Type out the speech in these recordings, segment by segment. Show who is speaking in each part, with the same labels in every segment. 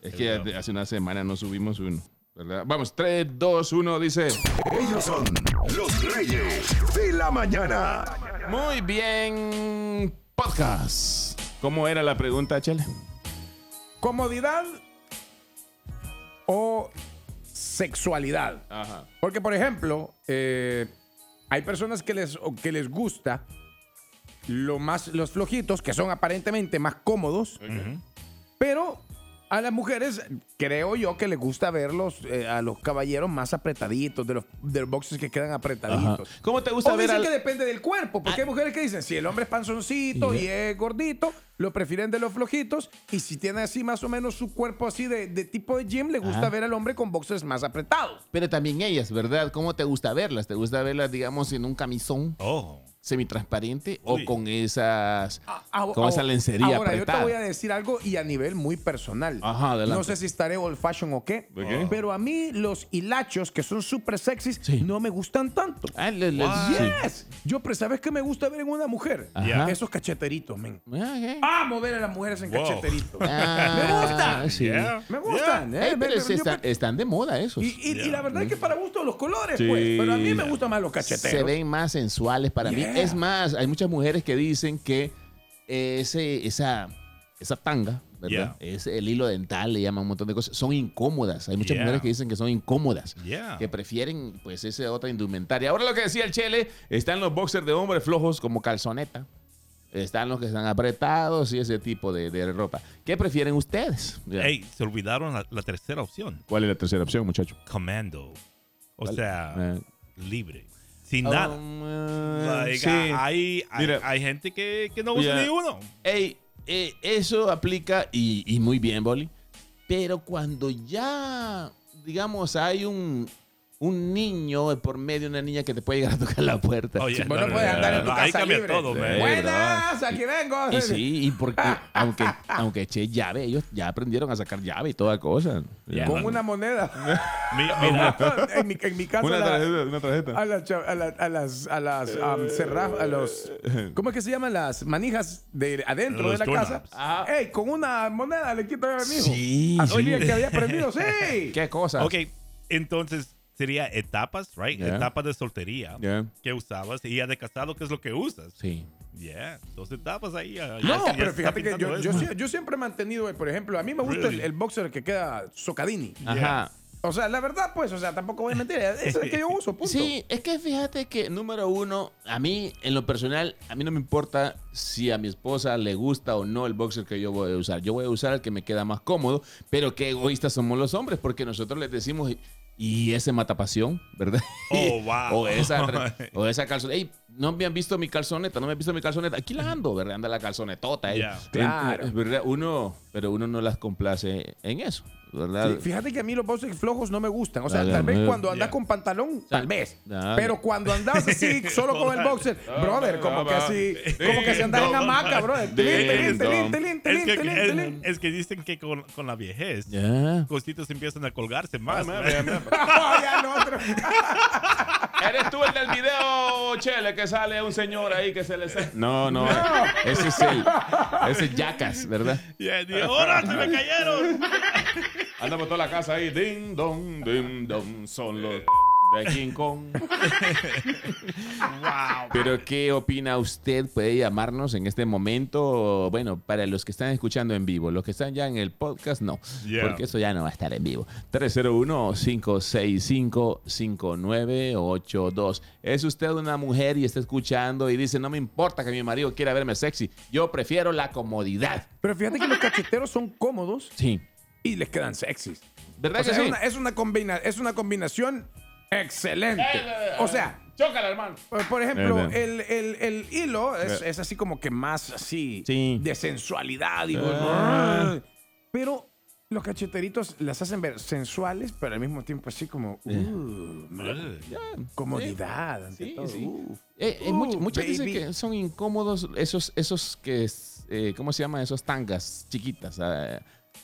Speaker 1: Es que hace una semana no subimos uno. ¿verdad? Vamos, 3, 2, 1, dice.
Speaker 2: Ellos son los reyes de la mañana.
Speaker 1: Muy bien, podcast. ¿Cómo era la pregunta, Chele?
Speaker 3: ¿Comodidad o sexualidad?
Speaker 1: Ajá.
Speaker 3: Porque, por ejemplo, eh, hay personas que les, o que les gusta lo más, los flojitos, que son aparentemente más cómodos, pero a las mujeres creo yo que les gusta verlos eh, a los caballeros más apretaditos, de los, de los boxes que quedan apretaditos.
Speaker 1: ¿Cómo te gusta
Speaker 3: O
Speaker 1: ver
Speaker 3: dicen
Speaker 1: al...
Speaker 3: que depende del cuerpo,
Speaker 4: Ah.
Speaker 3: porque hay mujeres que dicen, si el hombre es panzoncito y es gordito, lo prefieren de los flojitos, y si tiene así más o menos su cuerpo así de, de tipo de gym, le gusta
Speaker 4: Ah.
Speaker 3: ver al hombre con boxes más apretados.
Speaker 4: Pero también ellas, ¿verdad? ¿Cómo te gusta verlas? ¿Te gusta verlas, digamos, en un camisón
Speaker 5: Oh.
Speaker 4: semitransparente
Speaker 5: Uy.
Speaker 4: o con esas.
Speaker 3: Ah, ah,
Speaker 4: con
Speaker 3: ah,
Speaker 4: esa lencería
Speaker 3: Ahora, yo
Speaker 4: apretada?
Speaker 3: te voy a decir algo y a nivel muy personal.
Speaker 4: Ajá, adelante.
Speaker 3: No sé si estaré old fashion o qué,
Speaker 1: ¿De qué?
Speaker 3: pero a mí los hilachos que son súper sexys
Speaker 4: Sí.
Speaker 3: no me gustan tanto.
Speaker 4: Ah, le- le-
Speaker 5: What?
Speaker 4: sí.
Speaker 3: Yes. Yo, pero ¿sabes qué me gusta ver en una mujer?
Speaker 4: Ajá.
Speaker 3: Esos cacheteritos, men.
Speaker 4: Ah, ok.
Speaker 3: Amo ver a las mujeres en
Speaker 5: Wow.
Speaker 3: cacheteritos.
Speaker 4: Ah,
Speaker 3: Me gusta.
Speaker 4: sí.
Speaker 5: Yeah.
Speaker 3: Me gustan,
Speaker 4: Ey,
Speaker 3: ¿eh? Me-
Speaker 4: pero
Speaker 3: me-
Speaker 4: es- pues,
Speaker 3: yo
Speaker 4: está-
Speaker 3: pre-
Speaker 4: están de moda esos.
Speaker 3: y, y- y la verdad es que para gusto los colores,
Speaker 1: Sí.
Speaker 3: pues. Pero a mí me gustan más los cacheteros.
Speaker 4: se ven más sensuales para mí.
Speaker 3: Yeah.
Speaker 4: Es más, hay muchas mujeres que dicen que ese, esa, esa tanga, ¿verdad? Es el hilo dental, le llaman un montón de cosas. Son incómodas. Hay muchas
Speaker 5: Yeah.
Speaker 4: mujeres que dicen que son incómodas.
Speaker 5: Yeah.
Speaker 4: Que prefieren, pues, esa otra indumentaria. Ahora lo que decía el Chele, están los boxers de hombres flojos como calzoneta. Están los que están apretados y ese tipo de, de ropa. ¿Qué prefieren ustedes? Ya.
Speaker 5: Ey, se olvidaron la, la tercera opción.
Speaker 1: ¿Cuál es la tercera opción, muchacho?
Speaker 5: Commando. O sea,
Speaker 1: Eh,
Speaker 5: libre. Ah, Sin nada.
Speaker 4: Um, eh,
Speaker 5: Like, ah,
Speaker 4: sí.
Speaker 5: hay, hay,
Speaker 1: Mira.
Speaker 5: hay gente que, que no usa
Speaker 1: Yeah.
Speaker 5: ni uno.
Speaker 4: Ey, eh, eso aplica y, y muy bien, Boli. Pero cuando ya, digamos, hay un, un niño de por medio, una niña que te puede llegar a tocar la puerta.
Speaker 5: Oye,
Speaker 3: Vos no puedes andar en tu
Speaker 5: Ahí
Speaker 3: casa
Speaker 5: cambia
Speaker 3: libre.
Speaker 5: todo, man.
Speaker 1: Sí.
Speaker 3: Buenas, aquí vengo.
Speaker 4: Y sí, y porque, aunque, aunque eché llave, ellos ya aprendieron a sacar llave y toda cosa.
Speaker 5: Ya,
Speaker 3: Con
Speaker 5: mano.
Speaker 3: una moneda.
Speaker 5: Mi- mira,
Speaker 3: en, mi, en mi casa
Speaker 1: Una
Speaker 3: la-
Speaker 1: tarjeta, una tarjeta.
Speaker 3: a, la cha- a la- a las a las am, cerra- a los ¿cómo es que se llaman las manijas de adentro
Speaker 5: Los
Speaker 3: de la
Speaker 5: doorknobs.
Speaker 3: casa? Ey, con una moneda le quito a mi hijo.
Speaker 4: Ah. Sí,
Speaker 3: Así
Speaker 5: sí.
Speaker 3: día que había aprendido, sí.
Speaker 4: ¿Qué cosa?
Speaker 5: ok, entonces sería etapas, right?
Speaker 1: Yeah.
Speaker 5: Etapas de soltería
Speaker 1: Ya.
Speaker 5: que usabas y ya de casado, ¿qué es lo que usas?
Speaker 4: Sí.
Speaker 5: Yeah, dos etapas ahí. ah, ya-
Speaker 3: No,
Speaker 5: ya
Speaker 3: pero
Speaker 5: se
Speaker 3: fíjate
Speaker 5: está
Speaker 3: que yo,
Speaker 5: pintando
Speaker 3: yo
Speaker 5: eso.
Speaker 3: sie- yo siempre he mantenido, eh, por ejemplo, a mí me gusta el,
Speaker 5: Really? Ah.
Speaker 3: el boxer que queda socadini.
Speaker 4: Ajá.
Speaker 3: O sea, la verdad, pues, o sea, tampoco voy a mentir, ese es el que yo uso, punto.
Speaker 4: Sí, es que fíjate que, número uno, a mí, en lo personal, a mí no me importa si a mi esposa le gusta o no el boxer que yo voy a usar. Yo voy a usar el que me queda más cómodo, pero qué egoístas somos los hombres, porque nosotros les decimos, y ese matapasión, ¿verdad?
Speaker 5: Oh, wow.
Speaker 4: o esa, re- o esa calzoneta. Ey, no me han visto mi calzoneta, no me han visto mi calzoneta. Aquí la ando, ¿verdad? Anda la calzonetota. eh.
Speaker 5: Ya.
Speaker 3: Claro.
Speaker 4: En- ¿verdad? Uno, pero uno no las complace en eso, ¿verdad?
Speaker 3: Sí, fíjate que a mí los boxers flojos no me gustan. O sea,
Speaker 4: Ah,
Speaker 3: tal vez
Speaker 4: ya.
Speaker 3: cuando andas
Speaker 5: Ya.
Speaker 3: con pantalón, tal vez.
Speaker 4: ya.
Speaker 3: Pero cuando andas así, solo con el boxer, brother, como que así, como que si andas en hamaca, brother. Tilín, tilín, tilín, tilín,
Speaker 5: Es
Speaker 3: tilín,
Speaker 5: que,
Speaker 3: tilín,
Speaker 5: es-
Speaker 3: tilín.
Speaker 5: es que dicen que con, con la viejez,
Speaker 4: Ya.
Speaker 5: cositas empiezan a colgarse más. man.
Speaker 3: Oh, ya no, otro.
Speaker 1: ¿Eres tú el del video, Chele, que sale un señor ahí que se le... No, no.
Speaker 4: Ese es el, ese es Yacas, ¿verdad?
Speaker 5: Yeah, digo, ¡Ahora se me cayeron!
Speaker 1: Anda por toda la casa ahí. Ding, dong, ding, dong. Son los de King Kong.
Speaker 4: Pero ¿qué opina usted? Puede llamarnos en este momento. Bueno, para los que están escuchando en vivo, los que están ya en el podcast, no.
Speaker 5: Yeah.
Speaker 4: Porque eso ya no va a estar en vivo. 301-565-5982. Es usted una mujer y está escuchando y dice, no me importa que mi marido quiera verme sexy. Yo prefiero la comodidad.
Speaker 3: Pero fíjate que los cacheteros son cómodos
Speaker 4: Sí.
Speaker 3: y les quedan sexys.
Speaker 4: ¿Verdad
Speaker 3: O sea,
Speaker 4: que
Speaker 3: es
Speaker 4: sí?
Speaker 3: una, es una combina, es una combinación excelente. O sea,
Speaker 1: Chócala, hermano.
Speaker 3: Por por ejemplo,
Speaker 1: Eh,
Speaker 3: el, el- el hilo es, es así como que más así
Speaker 4: Sí.
Speaker 3: de sensualidad y
Speaker 1: Ah.
Speaker 3: pero los cacheteritos las hacen ver sensuales, pero al mismo tiempo así como uh, comodidad ante
Speaker 4: Sí,
Speaker 3: todo.
Speaker 4: sí.
Speaker 3: Uh.
Speaker 4: Eh, eh, much-
Speaker 3: Uh,
Speaker 4: muchas dicen
Speaker 3: baby.
Speaker 4: que son incómodos esos, esos que, es, eh, ¿cómo se llama? Esos tangas chiquitas, ah,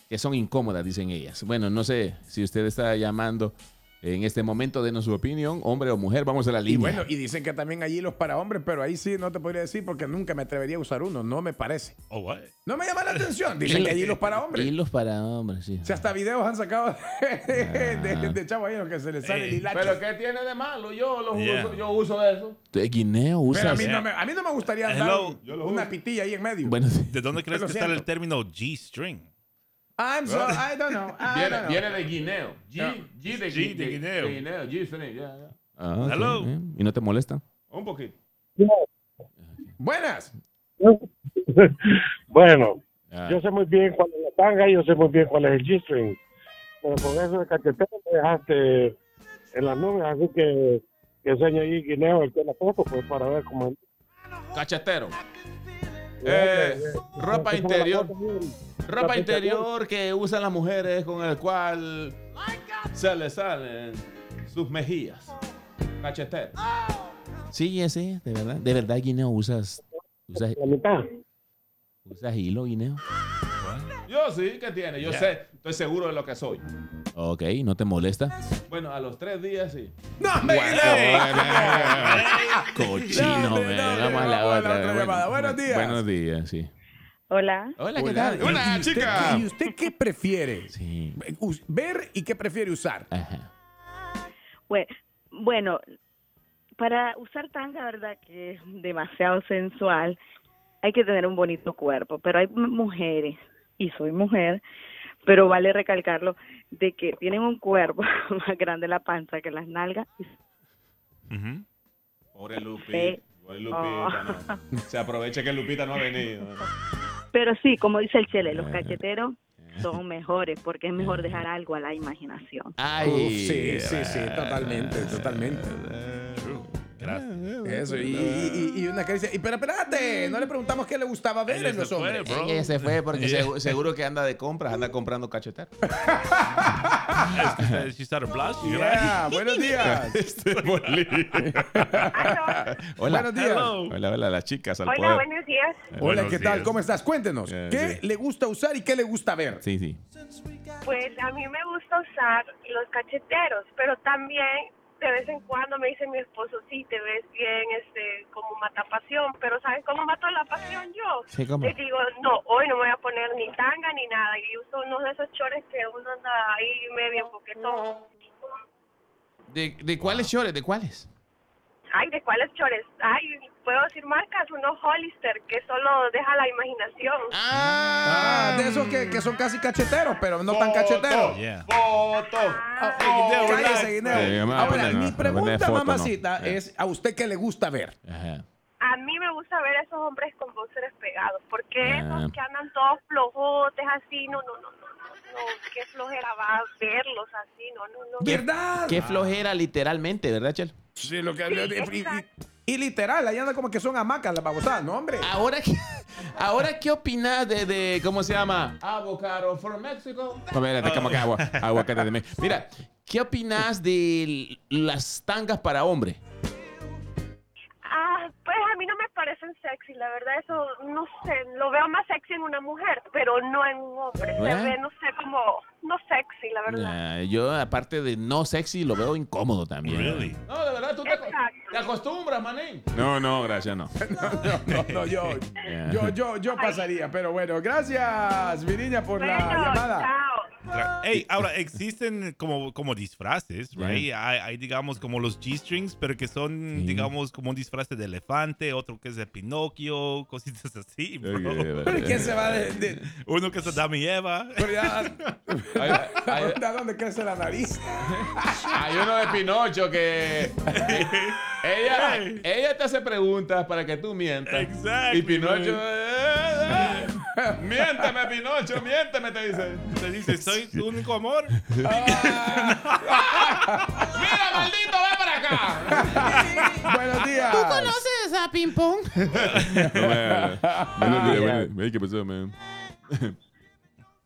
Speaker 4: que son incómodas, dicen ellas. Bueno, no sé si usted está llamando en este momento, denos su opinión, hombre o mujer, vamos a la
Speaker 3: Y
Speaker 4: línea.
Speaker 3: bueno, y dicen que también hay hilos para hombres, pero ahí sí no te podría decir porque nunca me atrevería a usar uno, no me parece.
Speaker 5: Oh, what?
Speaker 3: No me llama la atención. Dicen que hay hilos para hombres.
Speaker 4: Hilos para hombres, sí.
Speaker 3: O sea, hasta videos han sacado de, de, de chavos ahí en los que se les sale el
Speaker 5: Ey,
Speaker 3: hilacho.
Speaker 1: Pero ¿qué tiene de malo? Yo, los
Speaker 5: Yeah.
Speaker 1: uso, yo uso eso.
Speaker 4: Eh, Guineo
Speaker 3: Pero
Speaker 4: usa.
Speaker 3: a mí, no me, a mí no me gustaría andar
Speaker 5: Hello.
Speaker 1: Yo lo
Speaker 3: una
Speaker 1: uso.
Speaker 3: pitilla ahí en medio.
Speaker 4: Bueno, sí.
Speaker 5: ¿De dónde crees
Speaker 3: Lo
Speaker 5: que sale el
Speaker 3: siento.
Speaker 5: término G-string?
Speaker 3: I'm so, I don't know. I don't
Speaker 1: Viene,
Speaker 3: know.
Speaker 1: viene de Guineo.
Speaker 5: Yeah.
Speaker 1: G, G de,
Speaker 5: G
Speaker 1: Gui-
Speaker 5: de
Speaker 1: de-
Speaker 5: guineo.
Speaker 1: de Guineo. G, sí, ya, ya.
Speaker 4: Ah, ok,
Speaker 5: Hello.
Speaker 4: eh, ¿Y no te molesta?
Speaker 1: Un poquito.
Speaker 3: Buenas.
Speaker 6: Bueno,
Speaker 4: Ah,
Speaker 6: yo sé muy bien cuál es la tanga y yo sé muy bien cuál es el G-string. Pero con eso de cachetero me dejaste en las nubes, así que que sueño ahí guineo el que la foto, pues para ver cómo.
Speaker 1: Cachetero. Eh, ropa interior. Ropa interior que usan las mujeres con el cual se les salen sus mejillas. Cachetero.
Speaker 4: Sí, ya sé, de verdad. De verdad, Guineo, usas. Usas,
Speaker 6: La mitad.
Speaker 4: usas hilo, Guineo.
Speaker 1: Yo sí que tiene, yo
Speaker 5: Yeah.
Speaker 1: sé, estoy seguro de lo que soy.
Speaker 4: Ok, ¿no te molesta?
Speaker 1: Bueno, a los tres días sí.
Speaker 3: No, me
Speaker 4: Cochino,
Speaker 3: hombre,
Speaker 4: me.
Speaker 3: no,
Speaker 4: Vamos a
Speaker 3: hombre, vamos
Speaker 4: la
Speaker 3: a la otra
Speaker 4: otra.
Speaker 3: llamada. Ah, Buenos días.
Speaker 4: Buenos días, sí.
Speaker 7: Hola.
Speaker 4: Hola,
Speaker 3: Hola, chica. ¿Y usted qué prefiere?
Speaker 4: Sí.
Speaker 3: Us- Ver y qué prefiere usar.
Speaker 4: Ajá.
Speaker 7: Bue- Bueno, para usar tanga, verdad que es demasiado sensual, hay que tener un bonito cuerpo, pero hay m- mujeres, y soy mujer, pero vale recalcarlo, de que tienen un cuerpo más grande la panza que las nalgas. y
Speaker 5: Ujú.
Speaker 1: Pobre Lupi.
Speaker 7: Sí.
Speaker 1: Pobre Lupita, no. Se aprovecha que Lupita no ha venido.
Speaker 7: Pero sí, como dice el Chele, los cacheteros son mejores, porque es mejor dejar algo a la imaginación.
Speaker 4: Ay.
Speaker 3: Uf, sí, sí, sí, totalmente, totalmente.
Speaker 5: Gracias.
Speaker 3: Eso, y, y- y- y una caricia. Y, pero espérate, no le preguntamos qué le gustaba ver
Speaker 5: Ella
Speaker 3: en los
Speaker 5: se fue,
Speaker 3: hombres.
Speaker 5: bro.
Speaker 4: Ella se fue porque
Speaker 5: Yeah.
Speaker 4: segu- seguro que anda de compras, anda comprando cachetero.
Speaker 5: She- She started blushing. right?
Speaker 3: Yeah, buenos días.
Speaker 4: Hola.
Speaker 3: Buenos días.
Speaker 5: Hello.
Speaker 4: Hola, hola, las chicas al
Speaker 8: Ah, Hola,
Speaker 4: poder.
Speaker 8: buenos días.
Speaker 3: Hola,
Speaker 5: Buenos
Speaker 3: ¿qué tal?
Speaker 5: días.
Speaker 3: ¿Cómo estás? Cuéntenos,
Speaker 4: Eh,
Speaker 3: ¿qué le gusta usar y qué le gusta ver?
Speaker 4: Sí, sí.
Speaker 8: Pues a mí me gusta usar los cacheteros, pero también de vez en cuando me dice mi esposo, sí, te ves bien, este, como mata pasión, pero ¿saben cómo mato la pasión yo?
Speaker 4: Sí, ¿cómo?
Speaker 8: Les digo, no, hoy no me voy a poner ni tanga ni nada, y uso uno de esos chores que uno anda ahí medio poquetón.
Speaker 4: ¿De, de cuáles shorts? ¿De cuáles?
Speaker 8: Ay, ¿de cuáles chores? Ay, puedo decir marcas, unos Hollister, que solo deja la imaginación.
Speaker 3: Ah, de esos que, que son casi cacheteros, pero no tan cacheteros. Ah,
Speaker 5: Yeah.
Speaker 1: Foto.
Speaker 3: Cállese, Guineo.
Speaker 4: Eh, me va a
Speaker 3: Ahora,
Speaker 4: poner,
Speaker 3: mi
Speaker 4: me va a poner
Speaker 3: pregunta,
Speaker 4: foto, ¿no?
Speaker 3: mamacita,
Speaker 4: Eh.
Speaker 3: es a usted qué le gusta ver.
Speaker 4: Ajá.
Speaker 8: A mí me gusta ver a esos hombres con boxers pegados, porque
Speaker 4: Ah.
Speaker 8: esos que andan todos flojotes así, no, no, no, no, no, no, qué flojera va verlos así, no, no, no.
Speaker 3: ¿Verdad?
Speaker 4: Qué flojera, literalmente, ¿verdad, Chel?
Speaker 3: Sí, lo que- y,
Speaker 8: exacto.
Speaker 3: y- y literal, ahí anda como que son hamacas las babosadas, no, hombre.
Speaker 4: Ahora, ¿qué, ahora, ¿qué opinas de, de- ¿Cómo se llama?
Speaker 1: Avocado from Mexico.
Speaker 4: A ver, acá, acá, agua, aguacate de México. Mira, ¿qué opinas de las tangas para hombre?
Speaker 8: Ah, pues a mí no me parecen sexy, la verdad, eso, no sé, lo veo más sexy en una mujer, pero no en un hombre, se
Speaker 4: ¿Eh?
Speaker 8: ve, no sé, como, no sexy, la verdad.
Speaker 4: Nah, Ah, yo, aparte de no sexy, lo veo incómodo también.
Speaker 5: Really?
Speaker 1: No, de verdad, tú te,
Speaker 8: Exacto.
Speaker 1: te acostumbras, manín.
Speaker 4: No, no, gracias, no.
Speaker 3: No, no, yo,
Speaker 4: Yeah.
Speaker 3: yo, yo, yo pasaría, pero bueno, gracias, mi niña, por la
Speaker 8: Bueno,
Speaker 3: llamada.
Speaker 8: chao.
Speaker 5: Gra- Hey, ahora existen como, como disfraces, right? Hay, hay, digamos, como los G-strings, pero que son,
Speaker 4: Sí.
Speaker 5: digamos, como un disfraz de elefante, otro que es de Pinocchio, cositas así, bro.
Speaker 4: eh,
Speaker 3: Pero ¿y quién se va de, de-
Speaker 5: Uno que es Adam y Eva.
Speaker 3: pero ya-
Speaker 1: Hay, hay-
Speaker 3: ¿A dónde crece la nariz?
Speaker 1: hay uno de Pinocho que. ella, ella te hace preguntas para que tú mientas.
Speaker 5: Exactly,
Speaker 1: Y Pinocho.
Speaker 5: man.
Speaker 1: eh, eh, miénteme, Pinocho, miénteme, te dice.
Speaker 5: Te dice, soy tu único amor.
Speaker 1: ¡Mira, maldito, ve para acá!
Speaker 3: Buenos días.
Speaker 4: conoces a Ping Pong? Buenos días, buenos días. ¿Qué pasó, man?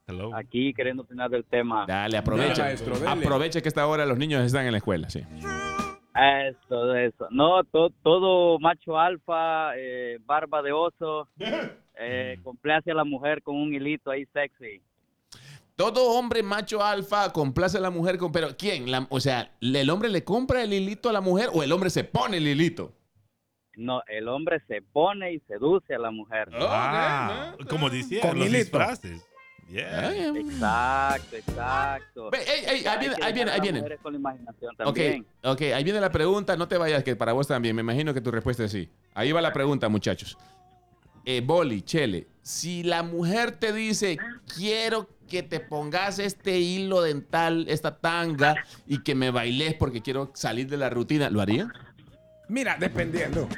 Speaker 5: Hello.
Speaker 9: aquí queriendo opinar del tema.
Speaker 4: Dale, aprovecha.
Speaker 3: Dale, maestro, dele.
Speaker 4: aprovecha que a esta hora los niños están en la escuela, sí.
Speaker 9: Eso, eso. No, to- todo macho alfa, eh, barba de oso, eh, complace a la mujer con un hilito ahí sexy.
Speaker 4: Todo hombre macho alfa complace a la mujer, con, pero ¿quién? La- o sea, ¿el hombre le compra el hilito a la mujer o el hombre se pone el hilito?
Speaker 9: No, el hombre se pone y seduce a la mujer.
Speaker 4: Oh,
Speaker 5: Ah, como decía,
Speaker 3: Con
Speaker 5: los
Speaker 3: hilito.
Speaker 5: disfraces. Yeah.
Speaker 4: Ay, em.
Speaker 9: Exacto, exacto.
Speaker 4: Ve, ey, ey, ahí
Speaker 9: Hay
Speaker 4: viene,
Speaker 9: que
Speaker 4: ahí
Speaker 9: dejar
Speaker 4: viene,
Speaker 9: a
Speaker 4: ahí
Speaker 9: las
Speaker 4: viene.
Speaker 9: mujeres con la imaginación
Speaker 4: Ok,
Speaker 9: también.
Speaker 4: ok, ahí viene la pregunta, no te vayas, que para vos también, me imagino que tu respuesta es sí. Ahí va la pregunta, muchachos. Eh, Boli, Chele, si la mujer te dice, quiero que te pongas este hilo dental, esta tanga, y que me bailes porque quiero salir de la rutina, ¿lo haría?
Speaker 3: Mira, dependiendo.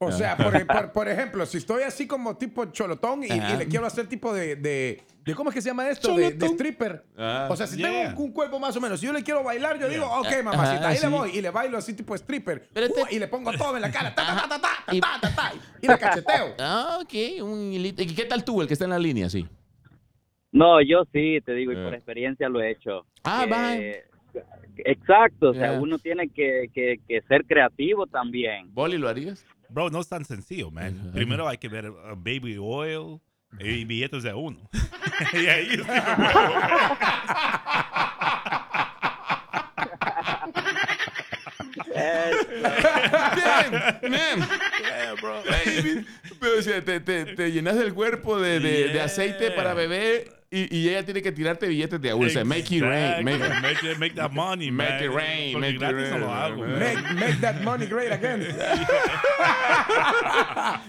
Speaker 3: O sea, por, por- por ejemplo, si estoy así como tipo cholotón y, y
Speaker 4: Ajá.
Speaker 3: le quiero hacer tipo de, de, de- ¿cómo es que se llama esto? De, de stripper.
Speaker 4: Ah,
Speaker 3: o sea, si
Speaker 5: yeah. Ah,
Speaker 3: tengo un, un cuerpo más o menos, si yo le quiero bailar, yo digo, ok,
Speaker 4: Ajá,
Speaker 3: mamacita, ahí
Speaker 4: sí.
Speaker 3: le voy y le bailo así tipo stripper.
Speaker 4: Pero
Speaker 3: Uh,
Speaker 4: te-
Speaker 3: Y le pongo todo en la cara, ta, ta, ta, ta, ta,
Speaker 4: Y-
Speaker 3: ta, ta, ta, y le cacheteo.
Speaker 4: Ah, ok, un hilito. ¿Y qué tal tú, el que está en la línea, sí?
Speaker 9: No, yo sí, te digo, y
Speaker 4: Eh.
Speaker 9: por experiencia lo he hecho.
Speaker 4: Ah,
Speaker 9: Eh,
Speaker 4: vaya.
Speaker 9: Exacto, o sea,
Speaker 4: Yeah.
Speaker 9: uno tiene que, que, que ser creativo también.
Speaker 4: ¿Boli lo harías?
Speaker 5: Bro, no es tan sencillo, man.
Speaker 4: Ajá.
Speaker 5: Primero hay que ver uh, baby oil y billetes de uno. y ahí es que me muevo.
Speaker 9: Eh,
Speaker 4: Bien, bien.
Speaker 5: Yeah, bro.
Speaker 4: Baby. Pero, o sea, te, te- te llenas del cuerpo de, de- de aceite
Speaker 5: Yeah.
Speaker 4: para bebé y, y ella tiene que tirarte billetes de agua. O sea, make it rain.
Speaker 5: Exacto.
Speaker 4: Make it-
Speaker 5: make, it- make that money,
Speaker 4: Make
Speaker 5: man.
Speaker 4: it rain,
Speaker 5: Porque
Speaker 4: make it
Speaker 5: gratis no
Speaker 4: rain,
Speaker 5: lo hago,
Speaker 4: man.
Speaker 5: man.
Speaker 3: Make, make that money great again.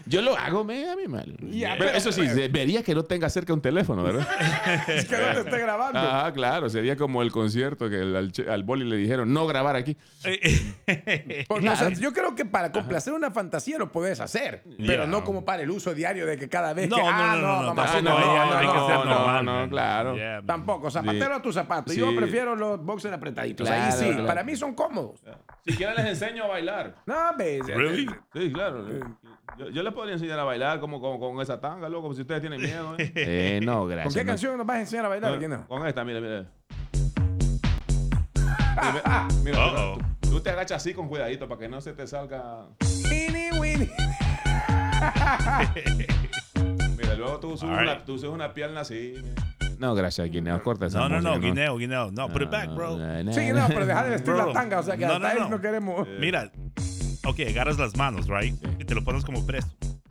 Speaker 4: Yo lo hago, me a mi mal.
Speaker 3: Ya,
Speaker 4: Pero
Speaker 3: pero-
Speaker 4: eso sí, debería que no tenga cerca un teléfono, ¿verdad?
Speaker 3: Es que no te esté grabando.
Speaker 5: Ah.
Speaker 4: Ajá, claro. Sería como el concierto que el- al, che- al boli le dijeron no grabar aquí.
Speaker 3: Porque, o sea, yo creo que para complacer una fantasía lo puedes hacer, pero
Speaker 5: Yeah.
Speaker 3: no como para el uso diario de que cada vez
Speaker 5: No,
Speaker 3: que
Speaker 5: no,
Speaker 3: ah,
Speaker 5: no, no, no,
Speaker 3: mamacita,
Speaker 5: tampoco, ella-
Speaker 4: no,
Speaker 5: hay que ser
Speaker 4: no,
Speaker 5: normal.
Speaker 4: no,
Speaker 5: man.
Speaker 4: claro.
Speaker 5: Yeah, man.
Speaker 3: Tampoco, zapatero a tu zapato.
Speaker 4: Sí.
Speaker 3: Yo prefiero los boxers apretaditos. Ahí
Speaker 4: Claro,
Speaker 3: sí,
Speaker 4: claro.
Speaker 3: para mí son cómodos.
Speaker 1: Si quieren les enseño a bailar.
Speaker 3: No, hombre,
Speaker 5: Really?
Speaker 1: Sí, claro. Yo, yo les podría enseñar a bailar como, como con esa tanga, loco, si ustedes tienen miedo. ¿eh?
Speaker 4: Eh, no, gracias.
Speaker 3: ¿Con qué
Speaker 4: no.
Speaker 3: canción nos vas a enseñar a bailar?
Speaker 1: Ah,
Speaker 3: ¿Quién no?
Speaker 1: Con esta, mira, mira. Mira, mira,
Speaker 5: Uh-oh.
Speaker 1: tú, tú te agachas así con cuidadito para que no se te salga.
Speaker 3: Teeny weeny.
Speaker 4: Eh.
Speaker 1: Mira, luego tú subes,
Speaker 5: Alright.
Speaker 1: una, tú subes una pierna así. mira.
Speaker 4: No, gracias, Guineo. Corta esa
Speaker 5: No, no, no,
Speaker 4: música, Ah,
Speaker 5: Guineo, Guineo. No, put it back, bro.
Speaker 4: No, no,
Speaker 3: Sí, no, pero dejar de vestir
Speaker 5: Bro.
Speaker 3: la tanga. O sea, que
Speaker 5: No,
Speaker 3: hasta
Speaker 5: no,
Speaker 3: ahí
Speaker 5: no.
Speaker 3: no queremos.
Speaker 5: Mira, ok, agarras las manos, right? Y te lo pones como preso.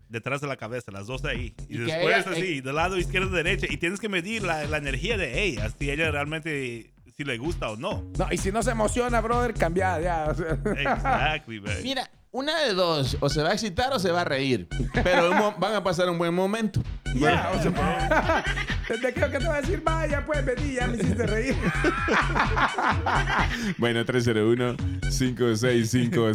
Speaker 5: Detrás de la cabeza, las dos ahí. Y,
Speaker 4: Y Eh. que
Speaker 5: después
Speaker 4: ella-
Speaker 5: así, del lado izquierdo a derecho. Y tienes que medir la, la energía de ella, si ella realmente, si le gusta o no.
Speaker 3: No, y si no se emociona, brother, cambiar ya. o sea.
Speaker 5: Exactly, man.
Speaker 4: Mira, una de dos, o se va a excitar o se va a reír, pero un mo- van a pasar un buen momento.
Speaker 3: Ya, o sea, Desde creo que te va a decir, vaya, pues vení, ya me hiciste reír.
Speaker 4: Bueno,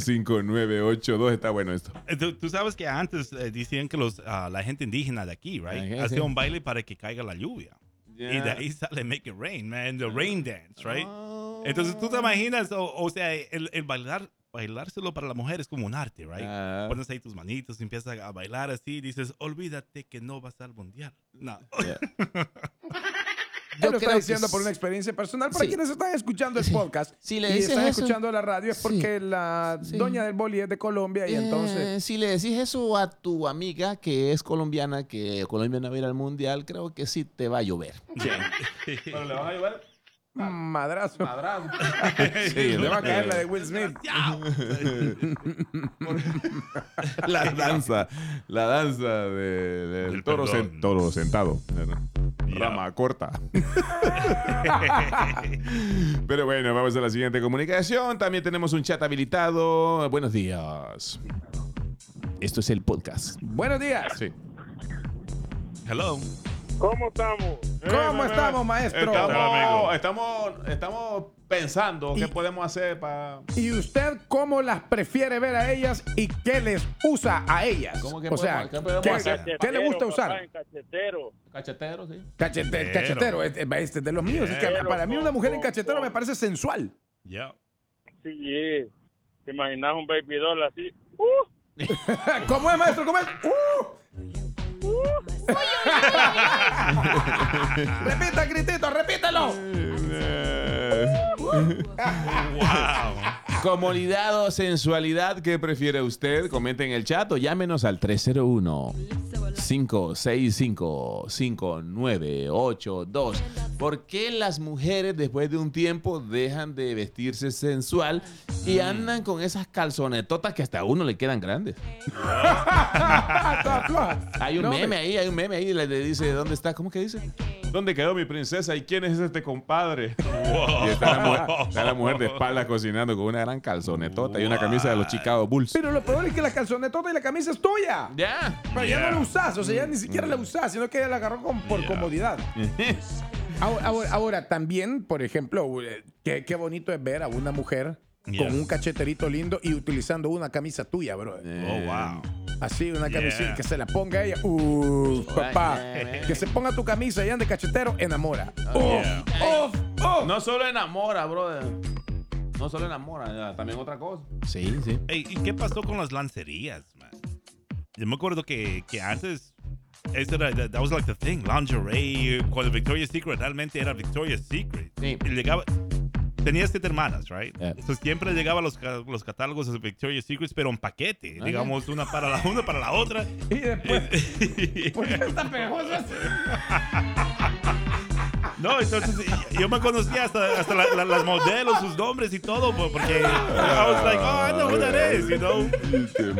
Speaker 4: 301-565-5982, está bueno esto.
Speaker 5: Eh, Tú, tú sabes que antes eh, decían que los, ah, la gente indígena de aquí, right?
Speaker 4: Ajá,
Speaker 5: Hacía
Speaker 4: sí.
Speaker 5: un baile para que caiga la lluvia. Y de ahí sale Make It Rain, man,
Speaker 4: Ah.
Speaker 5: the rain dance, right? Entonces tú te imaginas, o, o sea, el, el bailar, bailárselo para la mujer es como un arte, right?
Speaker 4: Ah.
Speaker 5: Pones ahí tus manitos, empiezas a bailar así, y dices, olvídate que no vas al mundial. No.
Speaker 3: Yo
Speaker 4: Yo
Speaker 3: lo estoy
Speaker 4: creo que
Speaker 3: diciendo por
Speaker 4: sí.
Speaker 3: una experiencia personal. Para
Speaker 4: Sí.
Speaker 3: quienes están escuchando el podcast
Speaker 4: Si le
Speaker 3: y
Speaker 4: dices
Speaker 3: están
Speaker 4: eso-
Speaker 3: escuchando la radio, es
Speaker 4: Sí.
Speaker 3: porque la
Speaker 4: Sí.
Speaker 3: doña del boli es de Colombia y entonces.
Speaker 4: Eh, si le decís eso a tu amiga que es colombiana, que Colombia no va a ir al mundial, creo que sí te va a llover.
Speaker 1: Pero le vas a llevar
Speaker 4: Ah.
Speaker 3: Madrazo.
Speaker 1: madrazo.
Speaker 4: Sí,
Speaker 3: Le va a caer la de Will Smith.
Speaker 4: la danza, la danza de- del
Speaker 5: Del
Speaker 4: toro,
Speaker 5: perdón.
Speaker 4: sen- toro sentado. Rama corta. Pero bueno, vamos a la siguiente comunicación. También tenemos un chat habilitado. Buenos días. Esto es el podcast.
Speaker 3: Buenos días.
Speaker 4: Sí.
Speaker 5: Hello.
Speaker 6: ¿Cómo estamos? Eh,
Speaker 3: ¿Cómo estamos, maestro?
Speaker 1: Estamos,
Speaker 5: amigo.
Speaker 1: estamos, estamos pensando qué podemos hacer para.
Speaker 3: ¿Y usted cómo las prefiere ver a ellas y qué les usa a ellas?
Speaker 1: ¿Cómo que
Speaker 3: o sea,
Speaker 1: podemos- qué podemos hacer?
Speaker 3: qué le gusta usar?
Speaker 6: Cachetero.
Speaker 1: Cachetero, sí.
Speaker 3: Cachete- cachetero, este, este es de los míos. es que
Speaker 6: Cachetero,
Speaker 3: para mí una mujer en
Speaker 6: con-
Speaker 3: cachetero
Speaker 6: con-
Speaker 3: me parece sensual.
Speaker 5: Yeah.
Speaker 6: Sí, te imaginas un baby doll así.
Speaker 3: ¿Cómo es, maestro? ¿Cómo es? ¡Uh! Repita, gritito, repítelo.
Speaker 5: Wow.
Speaker 4: Comodidad o sensualidad, ¿qué prefiere usted? Comenten en el chat o llámenos al 301 565-5982. ¿Por qué las mujeres después de un tiempo dejan de vestirse sensual y andan con esas calzonetotas que hasta a uno le quedan grandes? Hay un
Speaker 3: No,
Speaker 4: meme ahí, hay un meme ahí, le le dice, ¿dónde está? ¿Cómo que dice? ¿Dónde quedó mi princesa? ¿Y quién es este compadre? Y está la, mujer, está la mujer de espaldas cocinando con una gran calzonetota y una camisa de los Chicago Bulls.
Speaker 3: Pero lo peor es que la calzonetota y la camisa es tuya.
Speaker 4: Ya.
Speaker 3: Pero ya no la usás, o sea, ya ni
Speaker 1: Mm.
Speaker 3: siquiera la usás, sino que ella la agarró con- por comodidad. Ahora, ahora- ahora, también, por ejemplo, eh, qué, qué bonito es ver a una mujer
Speaker 5: Yeah.
Speaker 3: con un cacheterito lindo y utilizando una camisa tuya, bro.
Speaker 5: Oh,
Speaker 4: Eh,
Speaker 5: wow.
Speaker 3: Así, una
Speaker 5: Yeah.
Speaker 3: camisita que se la ponga ella. Uf, papá. Que se ponga tu camisa y ande cachetero, enamora. Uf,
Speaker 5: Yeah.
Speaker 3: uf,
Speaker 5: oh,
Speaker 3: uf.
Speaker 4: Oh, No solo enamora, brother. No solo enamora, también otra cosa. Sí, sí.
Speaker 5: Ey, ¿Y qué pasó con las lancerías, man? Yo me acuerdo que, que antes, eso era, that, that was like the thing, lingerie, cuando Victoria's Secret realmente era Victoria's Secret.
Speaker 4: Sí.
Speaker 5: Y llegaba, tenías siete hermanas, right?
Speaker 4: Yeah.
Speaker 5: Entonces siempre llegaba los, ca- los catálogos de Victoria's Secret, pero en paquete,
Speaker 4: Ah,
Speaker 5: digamos, una para la una, para la otra.
Speaker 3: Y después, ¿por qué tan pegajosa?
Speaker 5: No, entonces yo me conocía hasta, hasta la- la- las modelos, sus nombres y todo, po- porque I was like, oh, I know who that is, you know?
Speaker 1: Este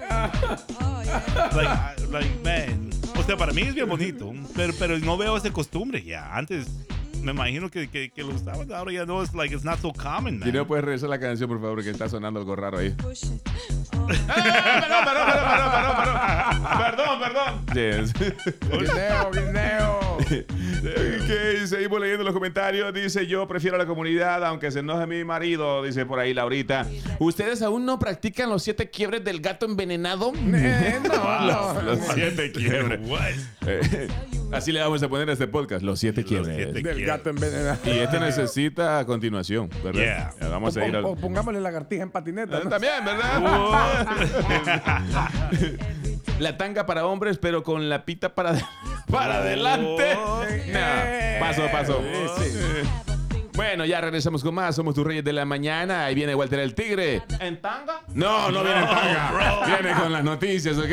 Speaker 5: like, I- like, man. O sea, para mí es bien bonito, pero, pero no veo esa costumbre ya. Antes me imagino que, que, que lo usaban, ahora ya no es like, it's not so common, man.
Speaker 1: Y
Speaker 4: pues-
Speaker 1: no puedes regresar la canción, por favor, que está sonando algo raro
Speaker 4: Eh,
Speaker 1: ahí. Perdón, perdón, perdón, perdón, perdón. Perdón, perdón.
Speaker 3: Guineo, guineo.
Speaker 1: Que seguimos leyendo los comentarios. Dice, yo prefiero a la comunidad, aunque se enoje mi marido. Dice por ahí Laurita.
Speaker 4: ¿Ustedes aún no practican los siete quiebres del gato envenenado?
Speaker 3: Eh, no, no.
Speaker 1: Los siete quiebres.
Speaker 5: What?
Speaker 1: Eh, Así le vamos a poner a este podcast, los siete
Speaker 5: Los
Speaker 1: quiebres.
Speaker 5: siete
Speaker 3: Del gato envenenado.
Speaker 1: Y este necesita continuación, ¿verdad?
Speaker 5: Yeah.
Speaker 1: Ya, Vamos a ir
Speaker 3: O-
Speaker 1: al...
Speaker 3: o pongámosle lagartija en patineta.
Speaker 4: Eh,
Speaker 3: ¿no?
Speaker 1: También, ¿verdad?
Speaker 4: La tanga para hombres, pero con la pita para, para adelante. No, paso, paso. Bueno, ya regresamos con más. Somos tus reyes de la mañana. Ahí viene Walter el Tigre. ¿En tanga? No, no viene en tanga. Viene con las noticias, ¿ok?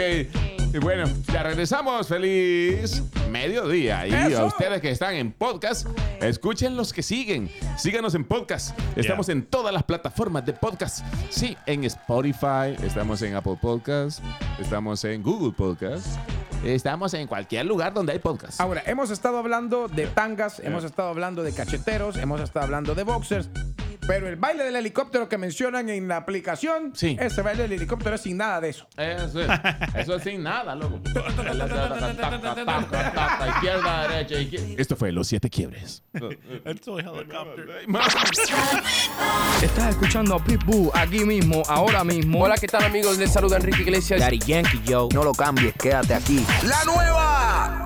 Speaker 4: Y bueno, ya regresamos. Feliz mediodía. Y a
Speaker 3: ¡Eso!
Speaker 4: ustedes que están en podcast, escuchen los que siguen. Síganos en podcast. Estamos en todas las plataformas de podcast. Sí, en Spotify, estamos en Apple Podcast, estamos en Google Podcast, estamos en cualquier lugar donde hay podcast.
Speaker 3: Ahora, hemos estado hablando de tangas, hemos estado hablando de cacheteros, hemos estado hablando de boxers. Pero el baile del helicóptero que mencionan en la aplicación,
Speaker 4: Sí.
Speaker 3: ese baile del helicóptero es sin nada de eso.
Speaker 4: Eso es, eso es sin nada, loco. Izquierda, derecha, izquierda. Esto fue Los Siete Quiebres.
Speaker 5: That's so helicopter.
Speaker 10: Estás escuchando a Pitbull aquí mismo, ahora mismo. Hola, ¿qué tal amigos? Les saluda Enrique Iglesias. Daddy Yankee, yo. No lo cambies, quédate aquí.
Speaker 2: La nueva